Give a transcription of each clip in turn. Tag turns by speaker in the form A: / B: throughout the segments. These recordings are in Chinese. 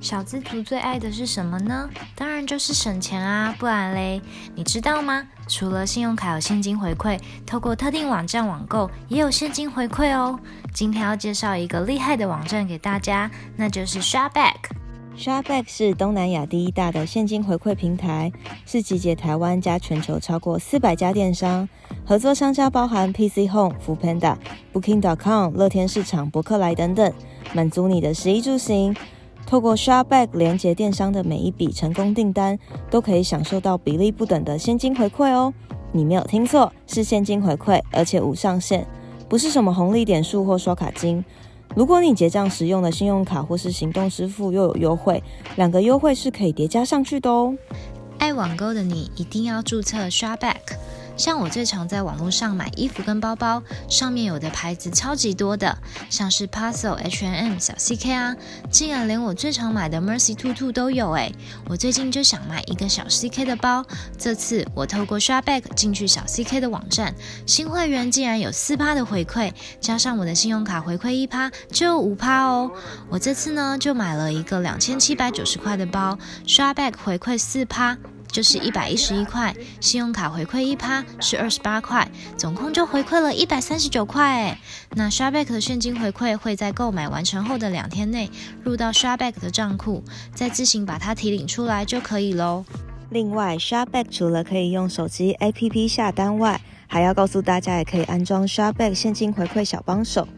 A: 小资族最爱的是什么呢？当然就是省钱啊，不然嘞，你知道吗？除了信用卡有现金回馈，透过特定网站网购也有现金回馈哦。今天要介绍一个厉害的网站给大家，那就是 Shopback。
B: Shopback 是东南亚第一大的现金回馈平台，是集结台湾加全球超过四百家电商，合作商家包含 PC Home、Foodpanda、Booking.com、乐天市场、博客来等等，满足你的食衣住行。透过 Shopback 连接电商的每一笔成功订单，都可以享受到比例不等的现金回馈哦。你没有听错，是现金回馈，而且无上限，不是什么红利点数或刷卡金。如果你结账时用的信用卡或是行动支付又有优惠，两个优惠是可以叠加上去的哦。
A: 爱网购的你一定要注册 Shopback。像我最常在网络上买衣服跟包包，上面有的牌子超级多的，像是 Puzzle、H&M、小 CK 啊，竟然连我最常买的 Mercy 兔兔都有诶、我最近就想买一个小 CK 的包，这次我透过 Shopback 进去小 CK 的网站，新会员竟然有四趴的回馈，加上我的信用卡回馈一趴，就有五趴哦。我这次呢就买了一个两千七百九十块的包，Shopback 回馈四趴。就是一百一十一块，信用卡回馈一趴是二十八块，总共就回馈了一百三十九块哎。那 Shopback 的现金回馈会在购买完成后的两天内入到 Shopback 的账户，再自行把它提领出来就可以喽。
B: 另外，Shopback 除了可以用手机 APP 下单外，还要告诉大家也可以安装 Shopback 现金回馈小帮手。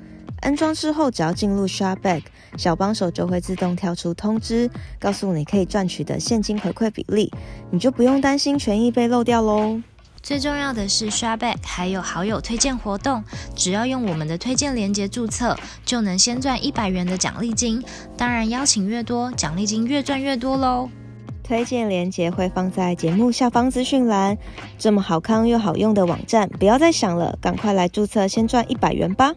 B: 安装之后，只要进入 Shopback，小帮手就会自动跳出通知，告诉你可以赚取的现金回馈比例，你就不用担心权益被漏掉喽。
A: 最重要的是，Shopback 还有好友推荐活动，只要用我们的推荐链接注册，就能先赚一百元的奖励金。当然，邀请越多，奖励金越赚越多喽。
B: 推荐链接会放在节目下方资讯栏。这么好康又好用的网站，不要再想了，赶快来注册，先赚一百元吧。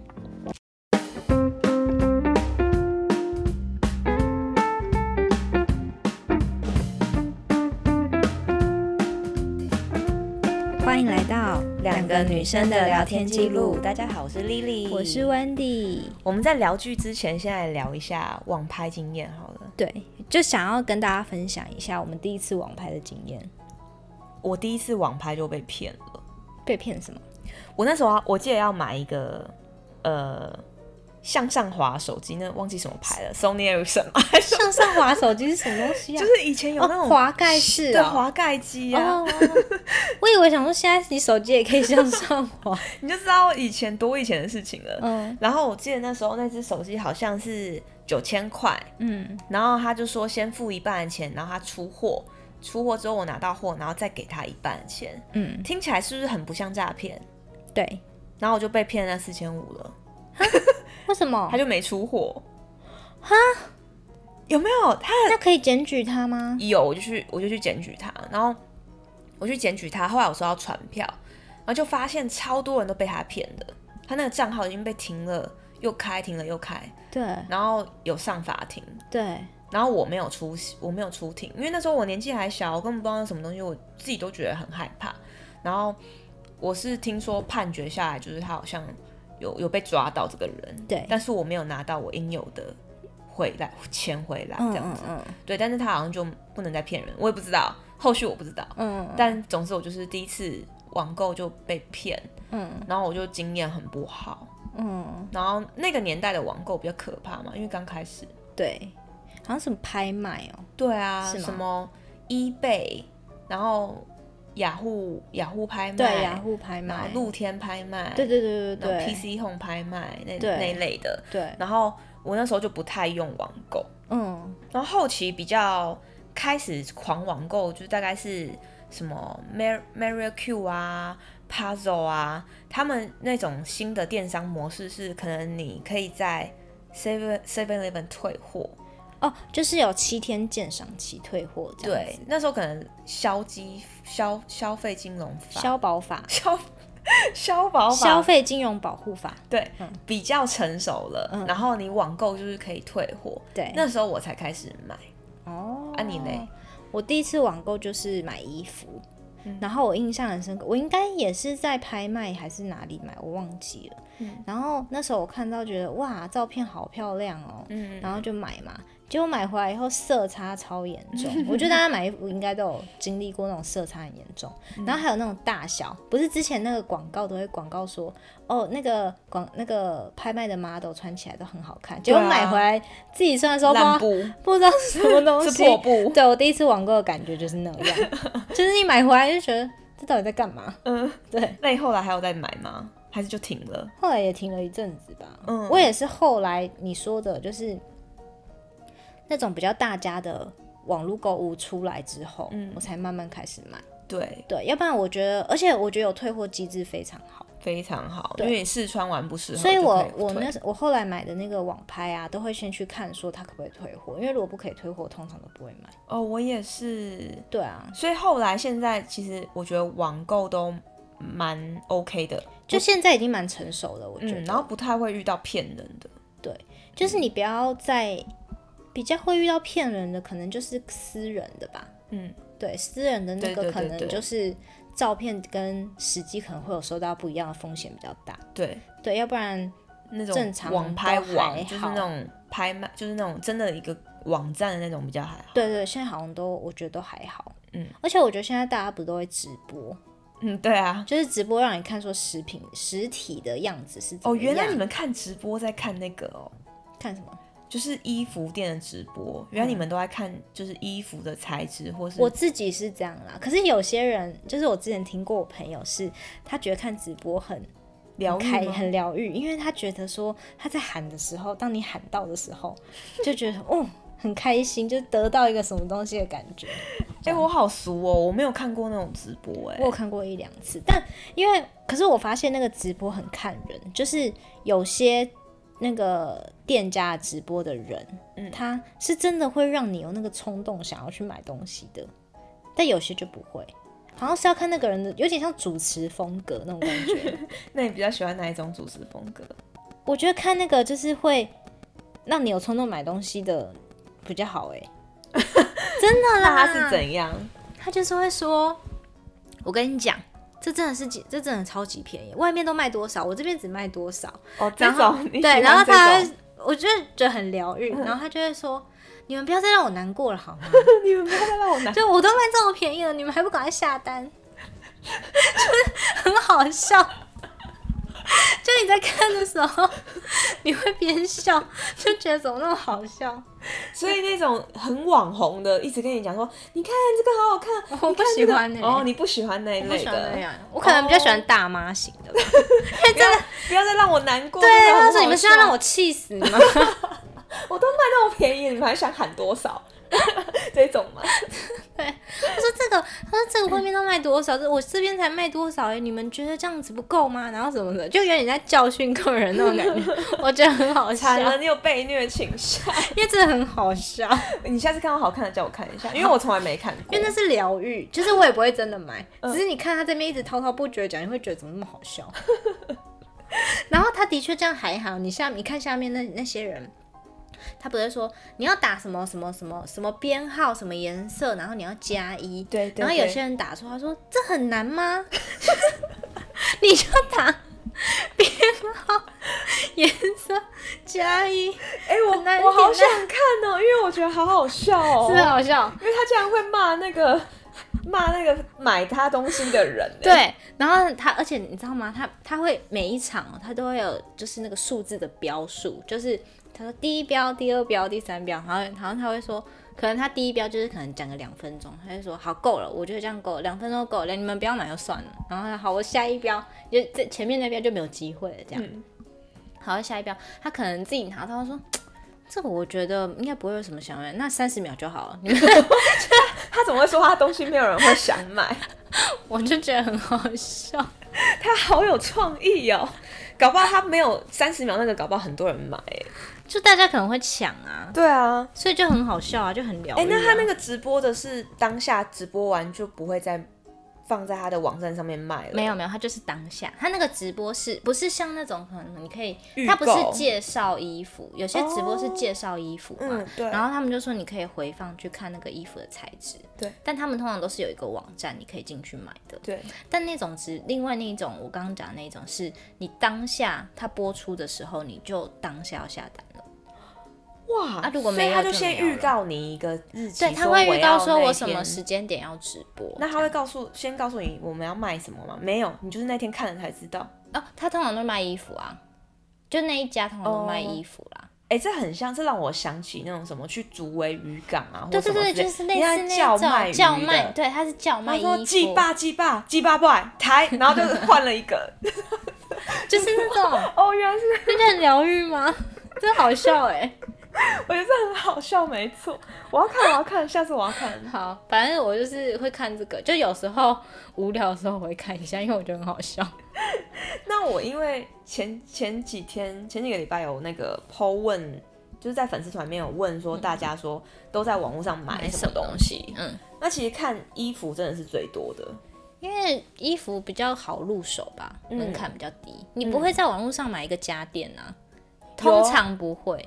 C: 欢迎来到
B: 两个女生的聊天记录，大家好，我是 Lily，
C: 我是 Wendy。
B: 我们在聊剧之前，先来聊一下网拍经验好了。
C: 对，就想要跟大家分享一下我们第一次网拍的经验。
B: 我第一次网拍就被骗了。
C: 被骗什么？
B: 我那时候啊我记得要买一个呃向上滑手机，那忘记什么牌了，Sony Ericsson 嘛，
C: 向上滑手机是什么东西啊？
B: 就是以前有那
C: 哦
B: 种、
C: 滑盖式
B: 对
C: 啊、
B: 滑盖机 啊，
C: 哦，我以为想说现在你手机也可以向上滑。
B: 你就知道以前多以前的事情了。
C: 嗯
B: 然后我记得那时候那只手机好像是九千块，
C: 嗯，
B: 然后他就说先付一半的钱，然后他出货，出货之后我拿到货，然后再给他一半的钱。
C: 嗯，
B: 听起来是不是很不像诈骗？
C: 对。
B: 然后我就被骗了四千五了，
C: 为什么
B: 他？就没出货。哈？有没有？他
C: 那可以检举他吗？
B: 有，我就去我就去检举他，然后我去检举他，后来我收到传票，然后就发现超多人都被他骗的，他那个账号已经被停了，又开，停了又开，
C: 对
B: 然后有上法庭，
C: 对，
B: 然后我没有出席，我没有出庭，因为那时候我年纪还小，我根本不知道那什么东西，我自己都觉得很害怕。然后我是听说判决下来，就是他好像有有被抓到这个人，
C: 对
B: 但是我没有拿到我应有的回来钱回来
C: 嗯
B: 这样
C: 嗯
B: 子，
C: 嗯
B: 对，但是他好像就不能再骗人，我也不知道，后续我不知道，
C: 嗯嗯
B: 但总之我就是第一次网购就被骗，
C: 嗯
B: 然后我就经验很不好，
C: 嗯，
B: 然后那个年代的网购比较可怕嘛，因为刚开始，
C: 对，好像什么拍卖哦，
B: 对啊，
C: 是吗
B: 什么 eBay，然后雅虎雅虎拍卖，
C: 对，雅虎拍
B: 然后
C: 卖，
B: 露天拍卖，
C: 对对对对
B: 然后
C: 对
B: PC Home 拍卖那
C: 对
B: 那一类的，
C: 对，
B: 然后我那时候就不太用网购，
C: 嗯
B: 然后后期比较开始狂网购，就大概是什么 Mar Mario Q 啊、Puzzle 啊，他们那种新的电商模式是，可能你可以在 Seven Seven Eleven 退货。
C: 哦，就是有七天鉴赏期退货这样
B: 对
C: 子，，
B: 那时候可能消基消消费金融法
C: 消保法、
B: 消 消保法
C: 消费金融保护法，
B: 对、比较成熟了，
C: 嗯
B: 然后你网购就是可以退货。
C: 对，
B: 那时候我才开始买，
C: 哦，
B: 啊你嘞？
C: 我第一次网购就是买衣服，
B: 嗯
C: 然后我印象很深刻，我应该也是在拍卖还是哪里买，我忘记了。
B: 嗯
C: 然后那时候我看到觉得哇，照片好漂亮哦，
B: 嗯，
C: 然后就买嘛。
A: 结果买回来以后色差超严 重，我觉得大家买衣服应该都有经历过那种色差很严重，
B: 嗯
A: 然后还有那种大小，不是之前那个广告都会广告说哦那个广那个拍卖的 model 穿起来都很好看，结果
B: 对啊
A: 买回来自己穿的时候不知道
B: 烂布
A: 不知道是什么东西
B: 是破布，
A: 对我第一次网购的感觉就是那样，就是你买回来就觉得这到底在干嘛？
B: 嗯，
A: 对。
B: 那你后来还有再买吗？还是就停了？
A: 后来也停了一阵子吧。
B: 嗯
A: 我也是后来你说的，就是那种比较大家的网络购物出来之后，
B: 嗯
A: 我才慢慢开始买。
B: 对，
A: 对，要不然我觉得，而且我觉得有退货机制非常好。
B: 非常好，因
A: 对
B: 为你试穿完不适合就
A: 所
B: 可
A: 以
B: 以退，
A: 我我那时我后来买的那个网拍啊，都会先去看说它可不可以退货，因为如果不可以退货，通常都不会买。
B: 哦，我也是，
A: 对啊，
B: 所以后来现在其实我觉得网购都蛮 OK 的，
A: 就现在已经蛮成熟了，我觉得。
B: 嗯，然后不太会遇到骗人的，
A: 就是你不要再比较会遇到骗人的，可能就是私人的吧。
B: 嗯，
A: 对，私人的那
B: 对对对
A: 个可能
B: 对
A: 就是照片跟实际可能会有收到不一样的风险比较大。
B: 对，
A: 对，要不然
B: 那
A: 正
B: 种
A: 常
B: 网拍
A: 都
B: 网
A: 还
B: 就是
A: 好
B: 那种拍卖，就是那种真的一个网站的那种比较还好，
A: 对对，现在好像都我觉得都还好。
B: 嗯，
A: 而且我觉得现在大家不都会直播，
B: 嗯，对啊，
A: 就是直播让你看说食品实体的样子是怎
B: 哦，
A: 么样。
B: 原来你们看直播在看那个哦，
A: 看什么？
B: 就是衣服店的直播，原来你们都在看就是衣服的材质或是
A: 嗯我自己是这样啦，可是有些人就是我之前听过我朋友是，他觉得看直播很
B: 疗愈
A: 开
B: 吗哎
A: 很疗愈，因为他觉得说他在喊的时候，当你喊到的时候，就觉得哦很开心，就得到一个什么东西的感觉。
B: 哎、我好俗哦，我没有看过那种直播哎、
A: 我有看过一两次，但因为可是我发现那个直播很看人，就是有些那个店家直播的人，
B: 嗯
A: 他是真的会让你有那个冲动想要去买东西的，但有些就不会。好像是要看那个人的，有点像主持风格那种感觉。
B: 那你比较喜欢哪一种主持风格？
A: 我觉得看那个就是会让你有冲动买东西的比较好 哎、
B: 那他是怎样？
A: 他就是会说：“我跟你讲，这真的是几，这真的超级便宜，外面都卖多少，我这边只卖多少。
B: 哦，这
A: 然后
B: 种你喜
A: 对，
B: 欢
A: 然后
B: 这
A: 他
B: 种
A: 会，我觉得觉得很疗愈，然后他就会说：“你们不要再让我难过了好吗？
B: 你们不要再让我拿
A: 就我都卖这么便宜了，你们还不赶快下单？” 就是很好笑。就你在看的时候，你会边笑，就觉得怎么那么好笑？
B: 所以那种很网红的，一直跟你讲说，你看这个好好看，
A: 我
B: 你
A: 不
B: 看
A: 喜
B: 这个
A: 欢欸
B: 哦，你不喜欢那一
A: 我不
B: 类
A: 喜欢那
B: 的，
A: 样，我可能比较喜欢大妈型的吧。
B: 不要再让我难过。
A: 对，
B: 真的很
A: 他说你们是 要
B: 好笑
A: 让我气死吗？
B: 我都卖那么便宜，你们还想喊多少？ 这种吗？
A: 他说这个，他说这个外面都卖多少？这我这边才卖多少、欸？你们觉得这样子不够吗？然后什么的，就有点在教训客人那种感觉， 我觉得很好笑
B: 惨，了，你有被虐倾向。
A: 因为真的很好笑，
B: 你下次看到好看的，叫我看一下，因为我从来没看过。
A: 因为那是疗愈，就是我也不会真的买，
B: 嗯
A: 只是你看他这边一直滔滔不绝讲，你会觉得怎么那么好笑。 然后他的确这样还好，你下你看下面那那些人。他不是说你要打什么什么什么什么编号什么颜色，然后你要加一，
B: 对对
A: 然后有
B: 对
A: 些人打错，他说这很难吗？ 你就打编号、颜色加一，是
B: 哎、我
A: 很难
B: 我好
A: 点
B: 想看哦，因为我觉得好好笑哦，
A: 不 是啊好笑？
B: 因为他竟然会骂那个骂那个买他东西的人，哎，
A: 对，然后他，而且你知道吗？他他会每一场哦他都会有就是那个数字的标数，就是他说第一标、第二标、第三标，然后好像他会说，可能他第一标就是可能讲个两分钟，他就说好够了，我觉得这样够了，两分钟够了，你们不要买就算了。然后他好，我下一标就这前面那标就没有机会了，这样。
B: 嗯
A: 好，下一标他可能自己拿到他说。嗯这个我觉得应该不会有什么想法，那三十秒就好了。你们
B: 他怎么会说他东西没有人会想买？
A: 我就觉得很好笑。
B: 他好有创意哦，搞不好他没有三十秒那个，搞不好很多人买，哎，
A: 就大家可能会抢啊，
B: 对啊。
A: 所以就很好笑啊，就很疗愈、啊。
B: 哎、那他那个直播的是当下直播完就不会再放在他的网站上面卖了？
A: 没有没有，他就是当下，他那个直播是不是像那种可能你可以
B: 预，
A: 他不是
B: 购
A: 介绍衣服，有些直播是介绍衣服嘛，
B: 嗯对
A: 然后他们就说你可以回放去看那个衣服的材质，
B: 对，
A: 但他们通常都是有一个网站你可以进去买的，
B: 对，
A: 但那种直，另外那一种我刚刚讲的那一种是你当下它播出的时候你就当下要下单了。
B: 哇，
A: 啊如果
B: 所以
A: 没有
B: 他就
A: 就
B: 先
A: 没有
B: 预
A: 了
B: 告你一个日期，
A: 对，他会预告
B: 说
A: 说
B: 要那
A: 我
B: 一
A: 什么
B: 天
A: 时间点要直播。
B: 那他会告诉先告诉你我们要卖什么吗？没有，你就是那天看了才知道。
A: 哦，他通常都卖衣服啊，就那一家通常都卖
B: 哦
A: 衣服啦。
B: 哎、这很像，这让我想起那种什么去竹围渔港啊，
A: 对
B: 或
A: 对
B: 什么
A: 对，
B: 之类
A: 就是类
B: 人
A: 似
B: 家
A: 那
B: 叫卖
A: 种
B: 鱼
A: 叫
B: 的
A: 卖，对，他是叫卖
B: 他
A: 衣
B: 说
A: 服，
B: 鸡霸鸡霸鸡霸 boy 台，然后就换了一个。
A: 就是那 种，
B: 哦，原来是，
A: 真的很疗愈吗？ 真好笑哎、
B: 我觉得这很好笑，没错。我要看，我要看，下次我要看。
A: 好，反正我就是会看这个，就有时候无聊的时候我会看一下，因为我觉得很好笑。
B: 那我因为前前几天前几个礼拜有那个 Po 问，就是在粉丝团里面有问说大家说都在网络上嗯买
A: 买
B: 什么
A: 什么
B: 东西，
A: 嗯，
B: 那其实看衣服真的是最多的，
A: 因为衣服比较好入手吧，
B: 嗯
A: 门槛比较低，你不会在网络上买一个家电啊，
B: 有
A: 通常不会，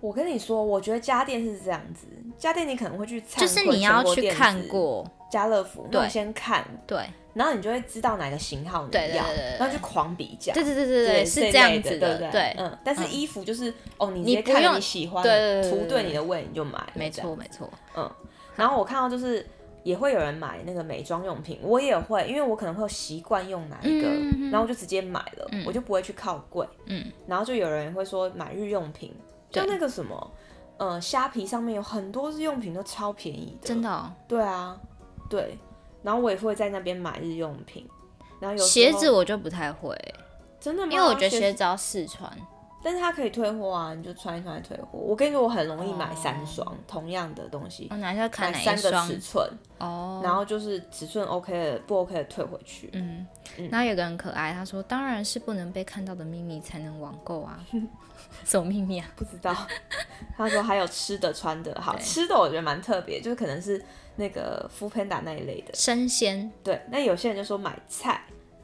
B: 我跟你说，我觉得家电是这样子，家电你可能会去灿
A: 就
B: 坤
A: 是你要
B: 全国
A: 去
B: 电子
A: 看过，
B: 家乐福，那
A: 对
B: 你先看，
A: 对，
B: 然后你就会知道哪个型号你要，
A: 对对对对对
B: 然后就狂比价，
A: 对对对对
B: 对
A: 对，是这样
B: 类
A: 子
B: 的，对
A: 对
B: 不，嗯。但是衣服就是哦，你直
A: 你
B: 接
A: 不
B: 看了
A: 用
B: 你喜欢
A: 对
B: 的，
A: 对对对
B: 图
A: 对
B: 对你
A: 对
B: 的胃你就买，
A: 没
B: 这样
A: 错没错，
B: 然后我看到就是也会有人买那个美妆用品，我也会，因为我可能会习惯用哪一个，
A: 嗯嗯嗯
B: 然后我就直接买了，我就不会去靠柜。
A: 嗯，
B: 然后就有人会说买日用品，就
A: 对
B: 那个什么，呃，虾皮上面有很多日用品都超便宜的，
A: 真的、哦。
B: 对啊，对。然后我也会在那边买日用品，然后有时候
A: 鞋子我就不太会，
B: 真的吗？
A: 因为我觉得
B: 鞋
A: 鞋
B: 子，
A: 子要试穿。
B: 但是它可以退货啊，你就穿一穿退货。我跟你说，我很容易买三
A: 哦
B: 双、同样的东西
A: 我，拿下
B: 买
A: 看哪
B: 三
A: 一
B: 个
A: 双
B: 尺寸，
A: 哦，
B: 然后就是尺寸 OK 的不 OK 的退回 去。
A: 嗯，然后有个很可爱，他说当然是不能被看到的秘密才能网购 啊，什么秘密啊？
B: 不知道，他说还有吃的、穿的，好
A: 对
B: 吃的我觉得蛮特别，就是可能是那个 f o o Panda 那一类的。
A: 生鲜，
B: 对，那有些人就说买菜，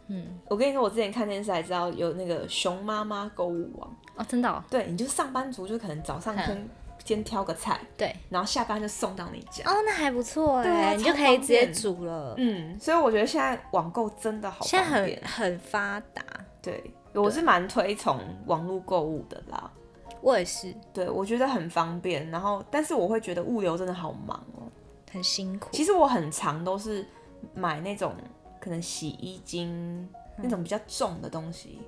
A: 嗯，
B: 我跟你说，我之前看电视还知道有那个熊妈妈购物网，
A: 哦，真的、哦，
B: 对，你就上班族就可能早上
A: 嗯
B: 先先挑个菜，
A: 对，
B: 然后下班就送到你家。
A: 哦，那还不错
B: 对啊
A: 哎，你
B: 超
A: 就可以
B: 方
A: 直接
B: 便
A: 煮了，
B: 嗯，所以我觉得现在网购真的好
A: 现在
B: 方便
A: 很。很发达，
B: 对，我是蛮推崇网络购物的啦。
A: 我也是
B: 对，我觉得很方便。然后，但是我会觉得物流真的好忙哦、
A: 很辛苦，
B: 其实我很常都是买那种可能洗衣精、那种比较重的东西，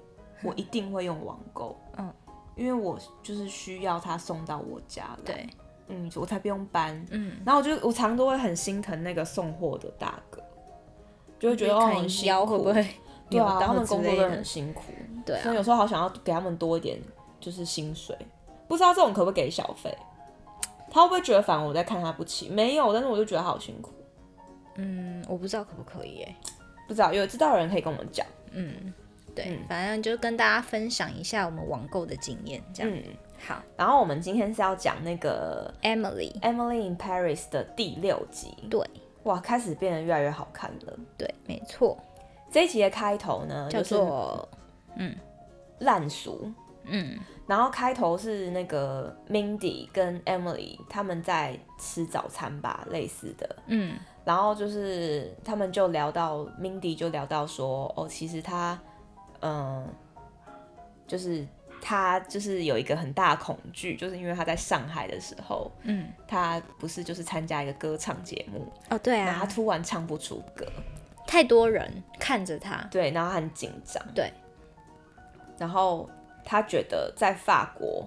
B: 我一定会用网购。
A: 嗯，
B: 因为我就是需要它送到我家来。，
A: 对，
B: 嗯，我才不用搬。
A: 嗯，
B: 然后我就我常都会很心疼那个送货的大哥，就会觉得
A: 就
B: 哦
A: 看
B: 很
A: 你
B: 辛
A: 腰
B: 苦
A: 会不会
B: 对
A: 扭
B: 啊，
A: 到
B: 他们
A: 之
B: 工作
A: 类
B: 都
A: 的
B: 很辛苦，
A: 对啊
B: 所以有时候好想要给他们多一点就是薪水，不知道这种可不可以给小费？他会不会觉得反而我在看他不起？没有，但是我就觉得好辛苦，
A: 嗯，我不知道可不可以哎，
B: 不知道有知道的人可以跟我们讲。
A: 嗯，对，
B: 嗯
A: 反正就跟大家分享一下我们网购的经验，这样、
B: 嗯，
A: 好
B: 然后我们今天是要讲那个
A: ，Emily，
B: 《Emily in Paris》的第六集，
A: 对
B: 哇，开始变得越来越好看了。
A: 对，没错，
B: 这一集的开头呢，
A: 叫
B: 就是
A: 做
B: 烂俗，
A: 嗯，
B: 然后开头是那个 Mindy 跟 Emily 他们在吃早餐吧，类似的。
A: 嗯
B: 然后就是他们就聊到 Mindy 就聊到说，哦，其实他，嗯，就是他就是有一个很大的恐惧，就是因为他在上海的时候，
A: 嗯，
B: 他不是就是参加一个歌唱节目，
A: 哦对
B: 然后
A: 啊
B: 他，突然唱不出歌，
A: 太多人看着他，
B: 对，然后他很紧张，
A: 对，
B: 然后他觉得在法国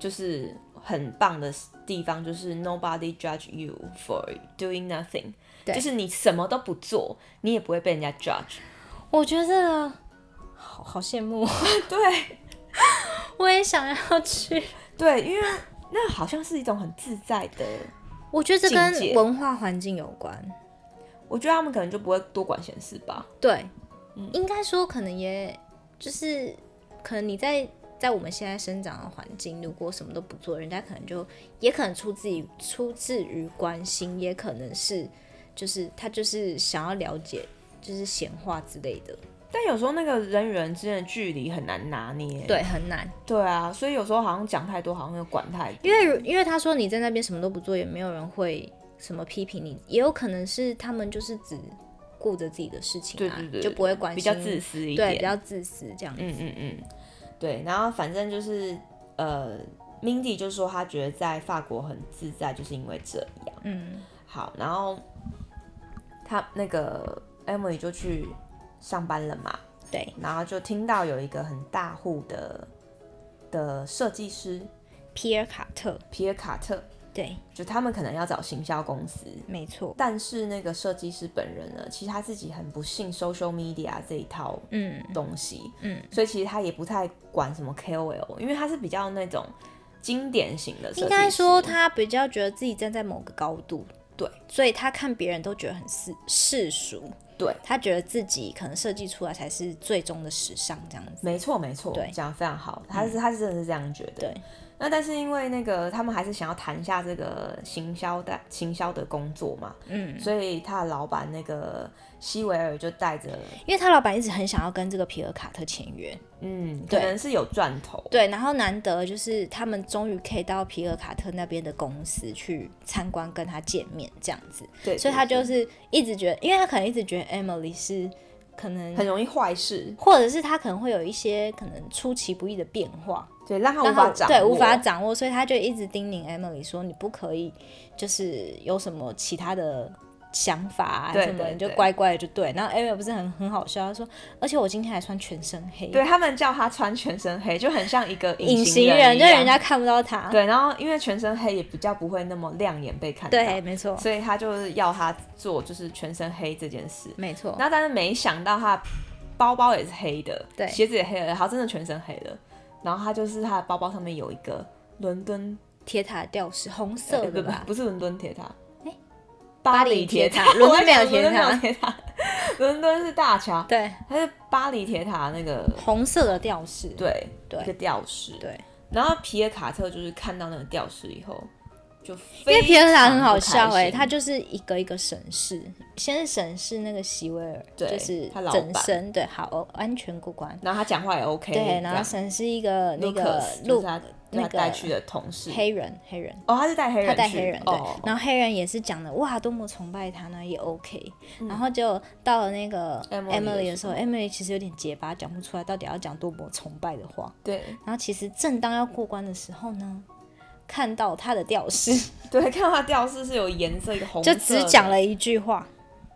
B: 就是很棒的地方，就是 nobody judge you for doing nothing，
A: 对
B: 就是你什么都不做，你也不会被人家 judge。
A: 我觉得好好羡慕， 哦
B: 对
A: 我也想要去。
B: 对，因为那好像是一种很自在的，
A: 我觉得这
B: 境
A: 跟
B: 界
A: 文化环境有关，
B: 我觉得他们可能就不会多管闲事吧。
A: 对，
B: 嗯
A: 应该说可能也就是可能你在在我们现在生长的环境，如果什么都不做，人家可能就也可能出自于出自于关心，也可能是就是他就是想要了解，就是闲话之类的，
B: 但有时候那个人与人之间的距离很难拿捏。
A: 对，很难。
B: 对啊，所以有时候好像讲太多，好像又管太多。
A: 因为如因为他说你在那边什么都不做，也没有人会什么批评你，也有可能是他们就是只顾着自己的事情、啊，
B: 对对对，
A: 就不会关心，
B: 比较自私一点，
A: 嗯对，比较自私这样子。
B: 嗯嗯嗯，对，然后反正就是呃， Mindy 就说她觉得在法国很自在，就是因为这样。
A: 嗯，
B: 好，然后她那个 Emily 就去上班了嘛，
A: 对，
B: 然后就听到有一个很大户的的设计师
A: 皮尔卡特，
B: 皮尔卡特，
A: 对，
B: 就他们可能要找行销公司，
A: 没错，
B: 但是那个设计师本人呢，其实他自己很不信 social media 这一套
A: 嗯
B: 东西，
A: 嗯，
B: 所以其实他也不太管什么 KOL，因为他是比较那种经典型的设计师。
A: 应该说他比较觉得自己站在某个高度，
B: 对，
A: 所以他看别人都觉得很世世俗，
B: 对，
A: 他觉得自己可能设计出来才是最终的时尚这样子，
B: 没错没错
A: 对，嗯
B: 讲的非常好，他是、他是真的是这样觉得。
A: 对，
B: 那但是因为那个他们还是想要谈一下这个行销的行销的工作嘛，
A: 嗯，
B: 所以他的老板那个西维尔就带着，
A: 因为他老板一直很想要跟这个皮尔卡特签约，
B: 嗯，可
A: 对
B: 能是有赚头，
A: 对，然后难得就是他们终于可以到皮尔卡特那边的公司去参观，跟他见面这样子，
B: 对，
A: 所以他
B: 对
A: 就
B: 对
A: 是一直觉得，因为他可能一直觉得 Emily 是可能
B: 很容易坏事，
A: 或者是他可能会有一些可能出其不意的变化，
B: 对，让他
A: 让
B: 无
A: 他
B: 法掌握，
A: 对无法掌握，所以他就一直叮咛 Emily 说，你不可以就是有什么其他的想法啊
B: 对
A: 什么，
B: 对
A: 你就
B: 对
A: 乖乖的就对。然后 Emily 不是很很好笑，他说，而且我今天还穿全身黑，
B: 对他们叫他穿全身黑，就很像一个
A: 隐形
B: 人
A: 人
B: 一
A: 就
B: 样，
A: 人家看不到他，
B: 对，然后因为全身黑也比较不会那么亮眼被看到，
A: 对，，没错，
B: 所以他就是要他做就是全身黑这件事。
A: 没错，
B: 那但是没想到他包包也是黑的，
A: 对
B: 鞋子也黑了，他真的全身黑了。然后他就是他的包包上面有一个伦敦
A: 铁塔吊饰红
B: 呃
A: 色
B: 不
A: 的
B: 不
A: 吧？
B: 不是伦敦铁塔，
A: 诶
B: 巴
A: 黎
B: 黎铁
A: 铁塔
B: 塔，
A: 伦敦没有
B: 我在
A: 铁
B: 想伦敦没有
A: 塔
B: 铁塔，伦敦是大桥，
A: 对，
B: 它是巴黎铁塔那个
A: 红色的吊饰，
B: 对
A: 对
B: 一个吊饰，
A: 对，
B: 然后皮尔卡特就是看到那个吊饰以后，就因
A: 因为皮尔塔很好笑哎、
B: 哎、
A: 他就是一个一个审视，先是审视那个席维尔，
B: 对
A: 就是
B: 他老
A: 整
B: 板
A: 身对，好哦安全过关，
B: 然后他讲话也 OK，
A: 对，
B: 这
A: 然后
B: 样
A: 审视一个那个
B: Lucas，就
A: 路
B: 是他
A: 那
B: 他
A: 个
B: 带去的同事，
A: 黑人黑人。
B: 哦，他是带黑人去，
A: 他带黑人对，
B: 哦、
A: 然后黑人也是讲的哇，多么崇拜他呢，也 OK。然后就到了那个
B: 嗯 Emily 的
A: Emily 的时
B: 时
A: 候
B: 候
A: ，Emily 其实有点结巴，讲不出来到底要讲多么崇拜的话。
B: 对
A: 然后其实正当要过关的时候呢，看到他的吊饰，
B: 对，看到他吊饰是有颜色一个红色
A: 就
B: 的，
A: 只讲了一句话，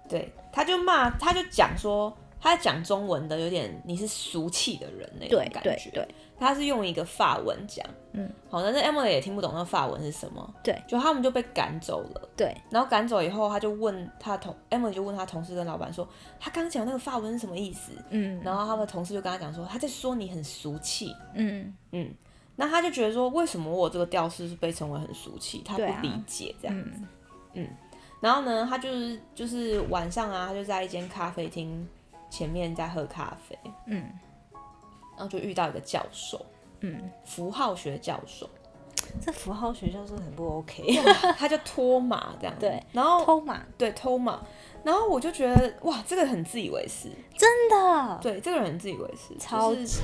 B: 对，他就骂，他就讲说。他讲中文的有点你是俗气的人那种
A: 对
B: 感觉，
A: 对对，
B: 他是用一个法文讲，
A: 嗯，
B: 好，但是 Emily 也听不懂那法文是什么，
A: 对
B: 就他们就被赶走了，
A: 对，
B: 然后赶走以后，他就问他同 Emily 就问他同事跟老板说，他刚讲那个法文是什么意思？
A: 嗯
B: 然后他们同事就跟他讲说，他在说你很俗气，
A: 嗯，
B: 嗯，那他就觉得说，为什么我这个吊饰是被称为很俗气？他不
A: 对啊
B: 理解这样。
A: 嗯
B: 然后呢，他就是就是晚上啊，他就在一间咖啡厅前面在喝咖啡，
A: 嗯
B: 然后就遇到一个教授，
A: 嗯，
B: 符号学教授，
A: 这符号学校是很不 OK，
B: 他就脱马这样。
A: 对，
B: 然后
A: 哦偷嘛，
B: 对偷马，然后我就觉得哇，这个很自以为是，
A: 真的
B: 对，这个人很自以为是，
A: 哦超
B: 就是
A: 级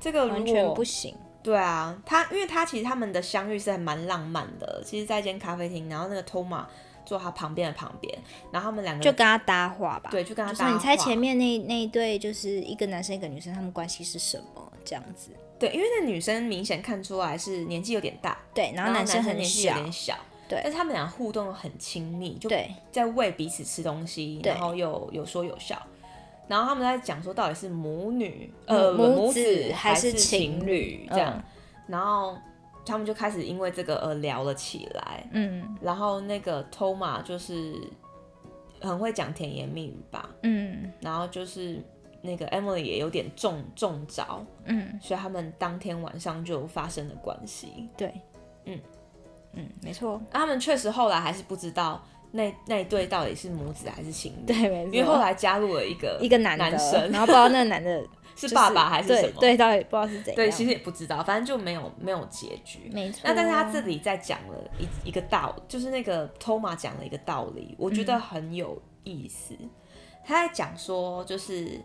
B: 这个如
A: 完
B: 果
A: 全不行，
B: 对啊，他因为他其实他们的相遇是还蛮浪漫的，其实在一间咖啡厅，然后那个 Toma 坐他旁边的旁边，然后他们两个
A: 就跟他搭话吧，
B: 对，就跟他
A: 就
B: 搭
A: 说你猜前
B: 面
A: 面那那一对就是一个男生一个女生，他们关系是什么这样子？
B: 对，因为那女生明显看出来是年纪有点大，
A: 对，然
B: 然
A: 后
B: 后
A: 男生
B: 生
A: 很
B: 年纪有
A: 小，
B: 点小，
A: 对
B: 但是他们俩互动得很亲密，就
A: 对
B: 在喂彼此吃东西，
A: 对
B: 然后又有说有笑。然后他们在讲说到底是母女呃
A: 嗯母
B: 母
A: 子
B: 子
A: 还
B: 还
A: 是
B: 是
A: 情
B: 情
A: 侣
B: 侣这样
A: 嗯，
B: 然后他们就开始因为这个而聊了起来，
A: 嗯
B: 然后那个 Toma 就是很会讲甜言蜜语吧，
A: 嗯
B: 然后就是那个 Emily 也有点中中招，
A: 嗯，
B: 所以他们当天晚上就发生了关系。
A: 对，
B: 嗯
A: 嗯，没错，
B: 那他们确实后来还是不知道那那一对到底是母子还是情侣，
A: 对，没错，
B: 因为后来加入了一个
A: 嗯一个男的，
B: 生，
A: 然后不知道那个男 的
B: 是
A: 就
B: 爸爸还是什么，
A: 对对，到底不知道是怎样。
B: 对其实也不知道，反正就没有没有结局。
A: 没嗯错。
B: 那但是他这里在讲了一一个道，就是那个 Toma 讲了一个道理，我
A: 嗯
B: 觉得很有意思。他在讲说，就是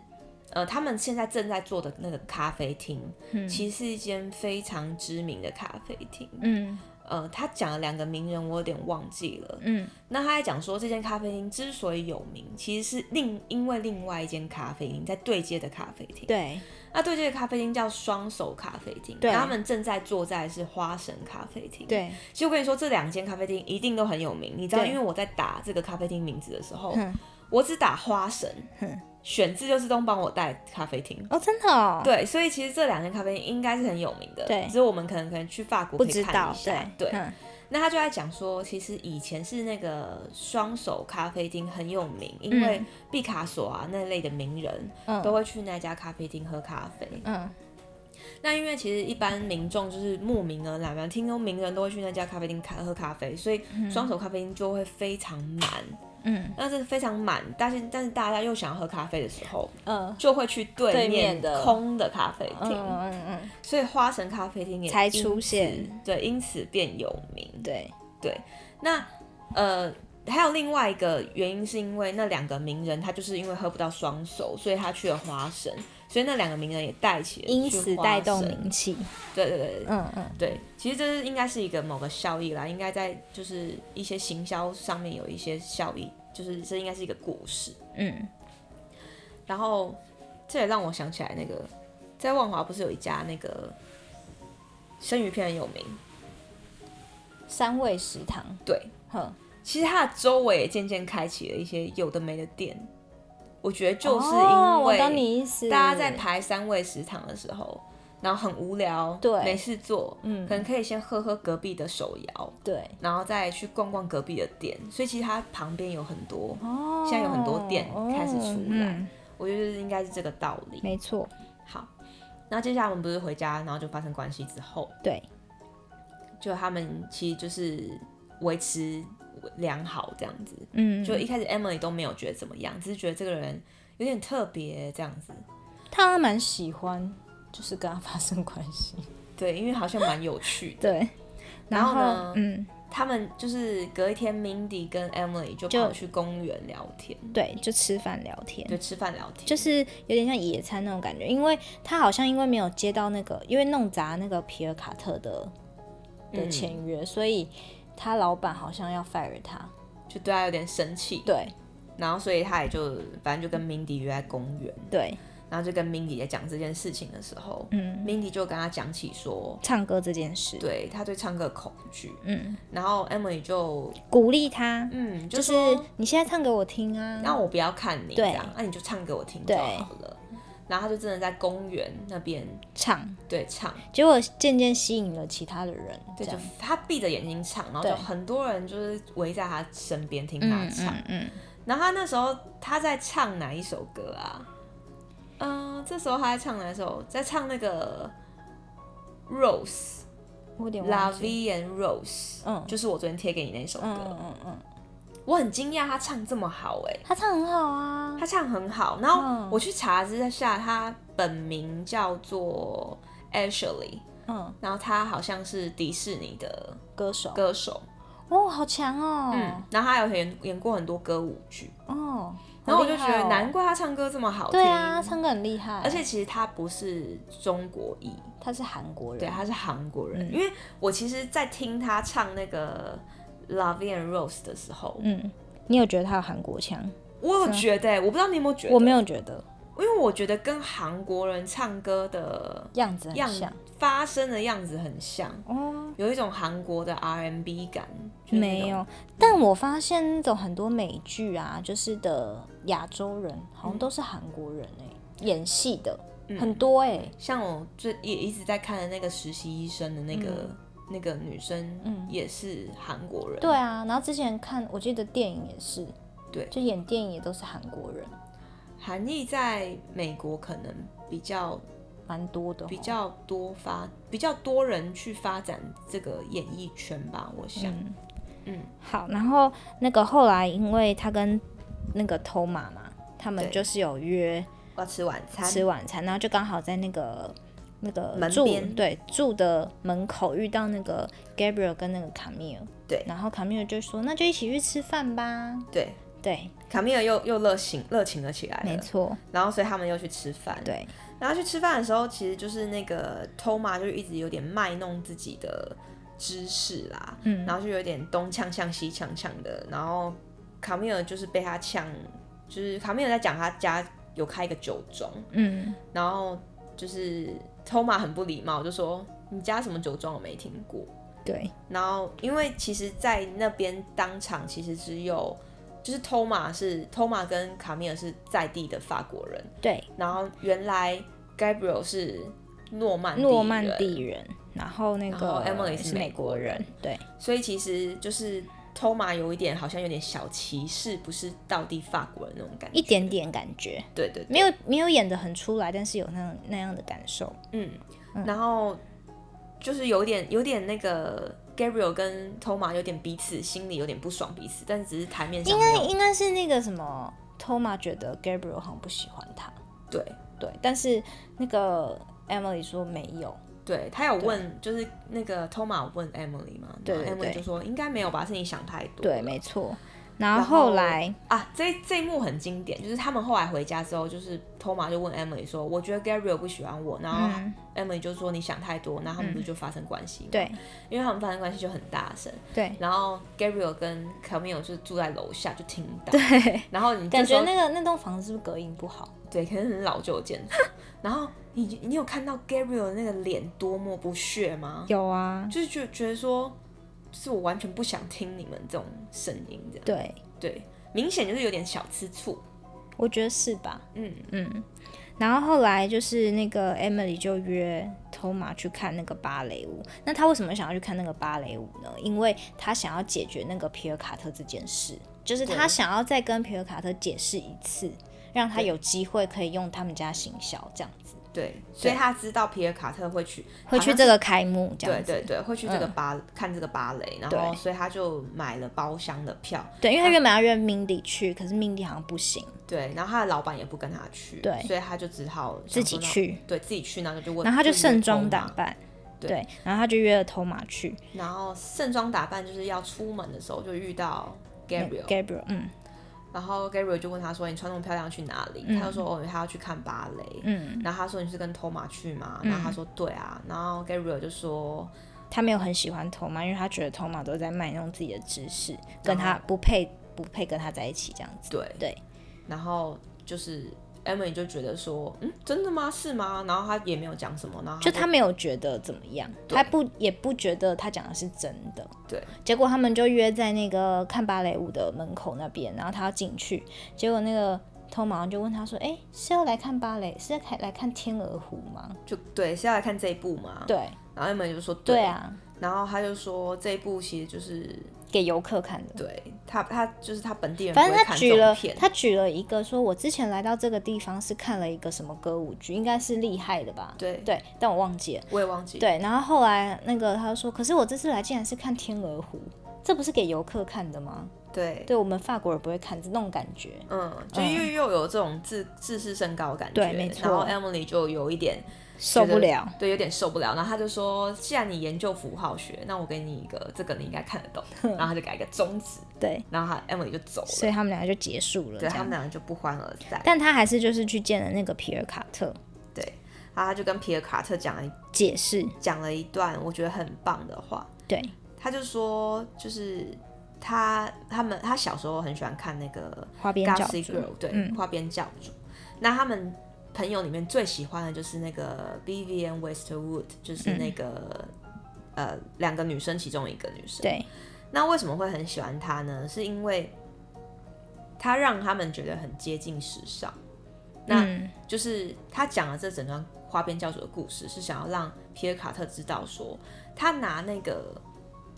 B: 呃，他们现在正在做的那个咖啡厅，
A: 嗯
B: 其实是一间非常知名的咖啡厅。
A: 嗯
B: 呃，他讲了两个名人，我有点忘记了。
A: 嗯
B: 那他在讲说，这间咖啡厅之所以有名，其实是另因为另外一间咖啡厅在对接的咖啡厅。
A: 对
B: 那对这个咖啡厅叫双手咖啡厅，
A: 对
B: 然后他们正在坐在是花神咖啡厅。，
A: 对，
B: 其实我跟你说，这两间咖啡厅一定都很有名。你知道，
A: 对
B: 因为我在打这个咖啡厅名字的时候
A: 哼，
B: 我只打花神，选自就自动帮我带咖啡厅。
A: 哦，真的哦，
B: 对，所以其实这两间咖啡厅应该是很有名的，
A: 对
B: 只是我们可能可能去法国
A: 不
B: 可以
A: 知
B: 看
A: 道
B: 一，下
A: 对，
B: 对。
A: 嗯
B: 那他就在讲说，其实以前是那个双手咖啡厅很有名，因为毕卡索啊那类的名人、
A: 嗯
B: 都会去那家咖啡厅喝咖啡。
A: 嗯，
B: 那因为其实一般民众就是慕名而来嘛，听说名人都会去那家咖啡厅咖喝咖啡，所以双手咖啡厅就会非常满。
A: 嗯，
B: 那是非常满，但是但是大家又想要喝咖啡的时候，
A: 嗯
B: 就会去对
A: 对
B: 面
A: 面的
B: 空的咖啡
A: 嗯
B: 厅。
A: 嗯嗯，
B: 所以花神咖啡厅也
A: 才
B: 因此
A: 出现，
B: 对，因此变有名。
A: 对，
B: 那呃，还有另外一个原因，是因为那两个名人他就是因为喝不到双手，所以他去了花神，所以那两个名人也带起了
A: 因
B: 去
A: 此
B: 花
A: 带动
B: 神
A: 名气，
B: 对对对对
A: 嗯嗯，
B: 对，其实这是应该是一个某个效益啦，应该在就是一些行销上面有一些效益，就是这应该是一个故事。
A: 嗯，
B: 然后这也让我想起来那个在万华不是有一家那个生鱼片很有名，
A: 三味食堂，
B: 对，
A: 哼，
B: 其实它的周围也渐渐开启了一些有的没的店。我觉得就是
A: 哦
B: 因
A: 我懂
B: 为
A: 你意思，
B: 大家在排三味食堂的时候，然后很无聊，
A: 对
B: 没事做，
A: 嗯
B: 可能可以先喝喝隔壁的手摇，
A: 对，
B: 然后再去逛逛隔壁的店。所以其实它旁边有很多，
A: 哦，
B: 现在有很多店开始出来，
A: 嗯
B: 我觉得应该是这个道理。
A: 没错，
B: 好，那接下来我们不是回家，然后就发生关系之后，
A: 对，
B: 就他们其实就是维持良好这样子，
A: 嗯，
B: 就一开始 Emily 都没有觉得怎么样，只是觉得这个人有点特别这样子。
A: 他还蛮喜欢，就是跟他发生关系，
B: 对，因为好像蛮有趣的。
A: 对，
B: 然后呢
A: 后嗯，
B: 他们就是隔一天，Mindy 跟 Emily 就
A: 就
B: 跑去公园聊天，
A: 对，就吃饭聊天，
B: 就吃饭聊天。
A: 就是有点像野餐那种感觉，因为他好像因为没有接到那个，因为弄砸那个皮尔卡特的的
B: 嗯
A: 签约，所以他老板好像要 fire 他。
B: 就对他有点生气。，
A: 对
B: 然后所以他也就反正就跟 Mindy 约在公园，
A: 对，
B: 然后就跟 Mindy 在讲这件事情的时候、
A: 嗯，
B: m i n d y 就跟他讲起说，
A: 唱歌这件事，
B: 对他对唱歌的恐惧。
A: 嗯，
B: 然后 Emily 就
A: 鼓励他，
B: 嗯，
A: 就是
B: 说
A: 你现在唱给我听啊。
B: 那我不要看你这
A: 对
B: 样，那你就唱给我听就
A: 对
B: 好了。然后他就真的在公园那边
A: 唱，
B: 对唱，
A: 结果渐渐吸引了其他的人，这
B: 对，就
A: 样。
B: 他闭着眼睛唱，然后
A: 对
B: 就很多人就是围在他身边听他
A: 嗯
B: 唱。
A: 嗯嗯，
B: 然后他那时候他在唱哪一首歌啊？嗯、这时候他在唱哪一首？在唱那个 Rose
A: 我有点
B: La
A: 忘记。
B: Vie and Rose，
A: 嗯
B: 就是我昨天贴给你那首歌。
A: 嗯嗯嗯嗯，
B: 我很惊讶他唱这么好哎、
A: 他唱很好啊
B: 他。唱很好，然后
A: 嗯
B: 我去查之下，他本名叫做 Ashley，
A: 嗯，
B: 然后他好像是迪士尼的
A: 歌手。
B: 歌手，
A: 哦，好强哦。
B: 嗯，然后他有演演过很多歌舞剧，
A: 哦，
B: 然后
A: 好
B: 我就
A: 厉
B: 觉
A: 害
B: 得
A: 哦
B: 难怪他唱歌这么好听，
A: 对啊，唱歌很厉害，
B: 而且其实他不是中国裔，
A: 他是韩国人，
B: 对，他是韩国
A: 嗯
B: 人，因为我其实，在听他唱那个 Love and Rose 的时候，
A: 嗯，你有觉得他有韩国腔？
B: 我有觉得、我不知道你有没有觉得，
A: 我没有觉得
B: 因为我觉得跟韩国人唱歌的
A: 样子
B: 样
A: 很像
B: 发生的样子很像，
A: 哦，
B: 有一种韩国的 R&B 感。就是那
A: 没
B: 种
A: 有，。但我发现那种很多美剧啊，就是的亚洲人好
B: 嗯
A: 像都是韩国人哎、演戏的、很多哎、
B: 像我最也一直在看的那个实习医生的那个、那个女生
A: 嗯，
B: 也是韩国人。
A: 对啊，然后之前看我记得电影也是，
B: 对
A: 就演电影也都是韩国人，
B: 韩裔在美国可能比较
A: 蛮多的哦、
B: 比较多发比较多人去发展这个演艺圈吧，我想。
A: 嗯
B: 嗯
A: 好，然后那个后来因为他跟那个偷马嘛，他们
B: 对
A: 就是有约。
B: 我要吃晚餐，
A: 吃晚餐，然后就刚好在那个那个
B: 门
A: 住
B: 边
A: 对住的门口遇到那个 Gabriel 跟那个卡米尔，
B: 对
A: 然后卡米尔就说那就一起去吃饭吧，
B: 对，
A: 对，
B: 卡米尔又又热情热情了起来了，
A: 没错，
B: 然后所以他们又去吃饭，
A: 对，
B: 然后去吃饭的时候，其实就是那个 Toma 就一直有点卖弄自己的知识啦，
A: 嗯
B: 然后就有点东呛呛西呛呛的，然后卡米尔就是被他呛，就是卡米尔在讲他家有开一个酒庄，
A: 嗯
B: 然后就是 Toma 很不礼貌，就说你加什么酒庄我没听过。
A: 对，
B: 然后因为其实，在那边当场其实只有就是 Toma 是 Toma 跟卡米尔是在地的法国人，
A: 对，
B: 然后原来 Gabriel 是诺曼底人
A: 诺曼底人，然后那个
B: 然后 Emily 是
A: 是美
B: 美国
A: 国
B: 人
A: 人，对，
B: 所以其实就是偷马有一点好像有点小歧视，不是到底法国人那种感觉。
A: 一点点感觉，
B: 对对对
A: 没有没有演的很出来，但是有那种那样的感受。
B: 嗯，然后就是有点有点那个 Gabriel 跟偷马有点彼此心里有点不爽彼此，但只是台面上
A: 应
B: 没
A: 该
B: 有
A: 应该是那个什么，Toma 觉得 Gabriel 好像不喜欢他，
B: 对
A: 对，但是那个 Emily 说没有，
B: 对，他有问就是那个偷马问 Emily 嘛，
A: 对对
B: 然后 Emily
A: 对
B: 就说应该没有吧，是你想太多了。
A: 对，没错。然后
B: 然后
A: 后来，
B: 啊，这这一幕很经典，就是他们后来回家之后，就是托马就问 Emily 说：“我觉得 Gabriel 不喜欢我。”然后
A: 嗯
B: Emily 就说：“你想太多。”然后他们不是就发生关系、，
A: 对
B: 因为他们发生关系就很大声。
A: 对
B: 然后 Gabriel 跟 Camille 就是住在楼下，就听到。对。
A: 对，
B: 然后你这
A: 感
B: 时候
A: 觉那个那栋房子是不是隔音不好？
B: 对，可能很老旧的建筑。然后你你有看到 Gabriel 的那个脸多么不屑吗？
A: 有啊，
B: 就是觉觉得说，就是我完全不想听你们这种声音，这样
A: 对，
B: 对，明显就是有点小吃醋。
A: 我觉得是吧？
B: 嗯。
A: 嗯，然后后来就是那个 Emily 就约 Toma 去看那个芭蕾舞。那他为什么想要去看那个芭蕾舞呢？因为他想要解决那个皮尔卡特这件事，就是他
B: 对
A: 想要再跟皮尔卡特解释一次，让他
B: 对
A: 有机会可以用他们家行销这样子，
B: 对，所以他知道皮尔卡特会去，
A: 会去这
B: 个，
A: 个开幕这
B: 对
A: 样子。
B: 对对，会去这个
A: 嗯
B: 芭、看这个芭蕾，然后
A: 对
B: 所以他就买了包厢的票，
A: 对因为他原本要约 Mindy 去，可是 Mindy 好像不行，
B: 对，然后他的老板也不跟他去，
A: 对
B: 所以他就只好
A: 自己
B: 想说那，
A: 去。
B: 对自己去，然后就问，
A: 然后他就
B: 约
A: 盛装
B: Toma
A: 打，扮，
B: 对
A: 对，然后他就约了 Toma 去
B: 然后盛装打扮就是要出门的时候就遇到 Gabriel，、
A: Gabriel，嗯
B: 然后 Gabriel 就问他说：“你穿那么漂亮去哪里？”
A: 嗯
B: 他就说：“哦，他要去看芭蕾。
A: 嗯，
B: 然后他说：“你是跟 Toma 去吗？”
A: 嗯
B: 然后他说：“对啊。”然后 Gabriel 就说：“
A: 他没有很喜欢 Toma，因为他觉得 Toma 都在卖弄自己的知识，跟
B: 然
A: 他
B: 后
A: 不配不配跟他在一起这样子。
B: 对
A: 对，
B: 然后就是 Emily 就觉得说，嗯，真的吗？是吗？然后他也没有讲什么，然后
A: 就他没有觉得怎么样，
B: 对
A: 他不也不觉得他讲的是真的。
B: 对，
A: 结果他们就约在那个看芭蕾舞的门口那边，然后他要进去，结果那个 Toma 就问他说：“哎，是要来看芭蕾，是要来来看天鹅湖吗
B: 就对是要来看这一部嘛？”，
A: 对
B: 然后 Emily 就说
A: 对，啊，
B: 然后他就说这一部其实就是
A: 给游客看的。
B: 对他他就是他本地人不
A: 反
B: 会
A: 正他
B: 看
A: 举
B: 这种
A: 了
B: 片，，
A: 他举了一个说，我之前来到这个地方是看了一个什么歌舞剧，应该是厉害的吧？
B: 对
A: 对，但我忘记了。
B: 我也忘记，，
A: 对，然后后来那个他就说，可是我这次来竟然是看天鹅湖，这不是给游客看的吗？
B: 对
A: 对我们法国人不会看这种感觉。
B: 嗯，就又又有这种自自视甚高的感觉，
A: 对没错
B: 然后 Emily 就有一点
A: 受
B: 觉
A: 不
B: 得
A: 了，
B: 对，有点受不了。然后他就说，既然你研究符号学，那我给你一个这个你应该看得懂。然后他就给他一个中指，
A: 对，
B: 然后他 Emily 就走了。
A: 所以他们俩就结束了。
B: 对
A: 这
B: 他们
A: 样，
B: 两个就不欢而散。
A: 但他还是就是去见了那个皮尔卡特，
B: 对，然后他就跟皮尔卡特讲了一
A: 解释，
B: 讲了一段我觉得很棒的话，
A: 对，
B: 他就说就是他他们他小时候很喜欢看那个
A: 花边教
B: Gossip
A: 主
B: Girl，，对，
A: 嗯
B: 花边教主。那他们朋友里面最喜欢的就是那个 Vivian Westwood，就是
A: 嗯
B: 那个、呃两个女生其中一个女生。
A: 对，
B: 那为什么会很喜欢她呢？是因为她让他们觉得很接近时尚。那
A: 嗯，
B: 就是他讲了这整段花边教主的故事，是想要让皮尔卡特知道说，他拿那个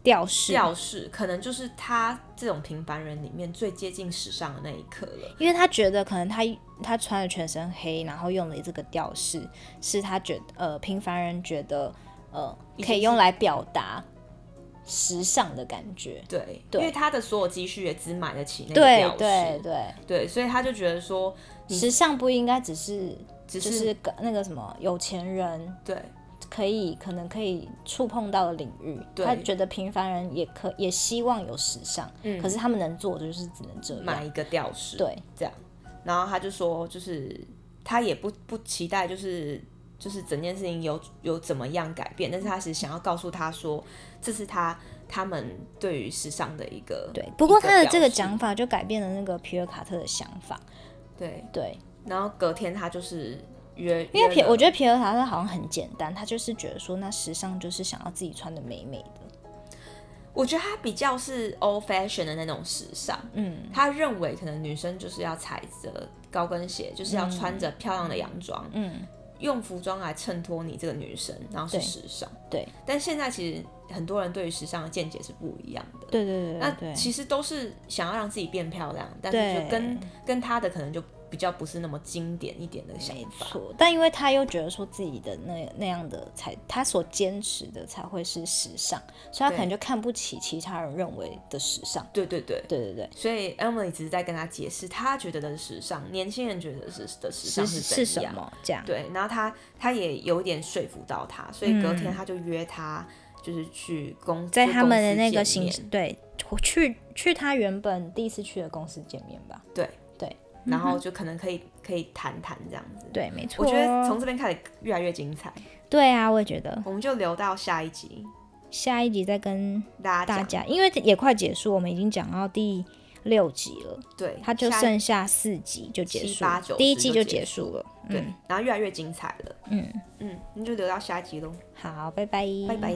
A: 吊饰，
B: 钥匙，可能就是他这种平凡人里面最接近时尚的那一刻了。
A: 因为他觉得可能他他穿了全身黑，然后用了这个吊饰，是他觉得呃平凡人觉得呃
B: 已经
A: 可以
B: 是
A: 用来表达时尚的感觉。
B: 对，
A: 对
B: 因为他的所有积蓄也只买得起那个
A: 对
B: 钥匙，
A: 对对，
B: 对所以他就觉得说，你
A: 时尚不应该只是
B: 只、
A: 就是是跟那个什么有钱人
B: 对
A: 可以可能可以触碰到的领域，
B: 对
A: 他觉得平凡人也可也希望有时尚，
B: 嗯
A: 可是他们能做的就是只能这
B: 买
A: 样。
B: 一个吊饰，
A: 对，
B: 这样。然后他就说，就是他也不不期待，就是就是整件事情有有怎么样改变，但是他是想要告诉他说，这是他他们对于时尚的一个
A: 对，不过
B: 一
A: 他的
B: 表
A: 这个
B: 示
A: 讲法就改变了那个皮尔卡特的想法。
B: 对。
A: 对，
B: 然后隔天他就是约，
A: 因为
B: 约
A: 皮，
B: 了
A: 我觉得皮尔塔特好像很简单，他就是觉得说，那时尚就是想要自己穿的美美的。
B: 我觉得他比较是 old fashion 的那种时尚，
A: 嗯，
B: 他认为可能女生就是要踩着高跟鞋，就是要穿着漂亮的洋装，
A: 嗯，
B: 用服装来衬托你这个女生，然后是
A: 对
B: 时尚。
A: 对，
B: 但现在其实很多人对于时尚的见解是不一样的。
A: 对对对对
B: 那
A: 对，
B: 其实都是想要让自己变漂亮，但是就
A: 对
B: 跟跟他的可能就比较不是那么经典一点的想
A: 没
B: 法。
A: 错。但因为他又觉得说自己的那那样的才，他所坚持的才会是时尚，所以他可能
B: 对
A: 就看不起其他人认为的时尚。
B: 对对对。
A: 对对对，
B: 所以 Emily 只是在跟他解释，他觉得的时尚，年轻人觉得是的时尚
A: 是
B: 是怎
A: 什
B: 样。
A: 么？这样
B: 对，然后他他也有点说服到他，所以隔
A: 嗯
B: 天他就约他，就是去公
A: 在
B: 去
A: 他
B: 公
A: 们
B: 司
A: 的那个
B: 见
A: 形
B: 面
A: 式，对，去去他原本第一次去的公司见面吧。
B: 对
A: 对，
B: 然后就可能可以可以谈谈这样子。，
A: 嗯对，没错。
B: 我觉得从这边开始越来越精彩，
A: 对啊，我也觉得
B: 我们就留到下一集
A: 下一集再跟
B: 大家
A: 大
B: 讲。
A: 家，因为也快结束，我们已经讲到第六集了，
B: 对，
A: 它就
B: 下一
A: 剩下四集就结
B: 七
A: 束
B: 八九，
A: 第一
B: 十
A: 季
B: 就
A: 就
B: 结
A: 结束了。
B: 对
A: 嗯，
B: 然后越来越精彩了。
A: 嗯，
B: 嗯，那就留到下一集喽，
A: 好，拜拜，
B: 拜拜。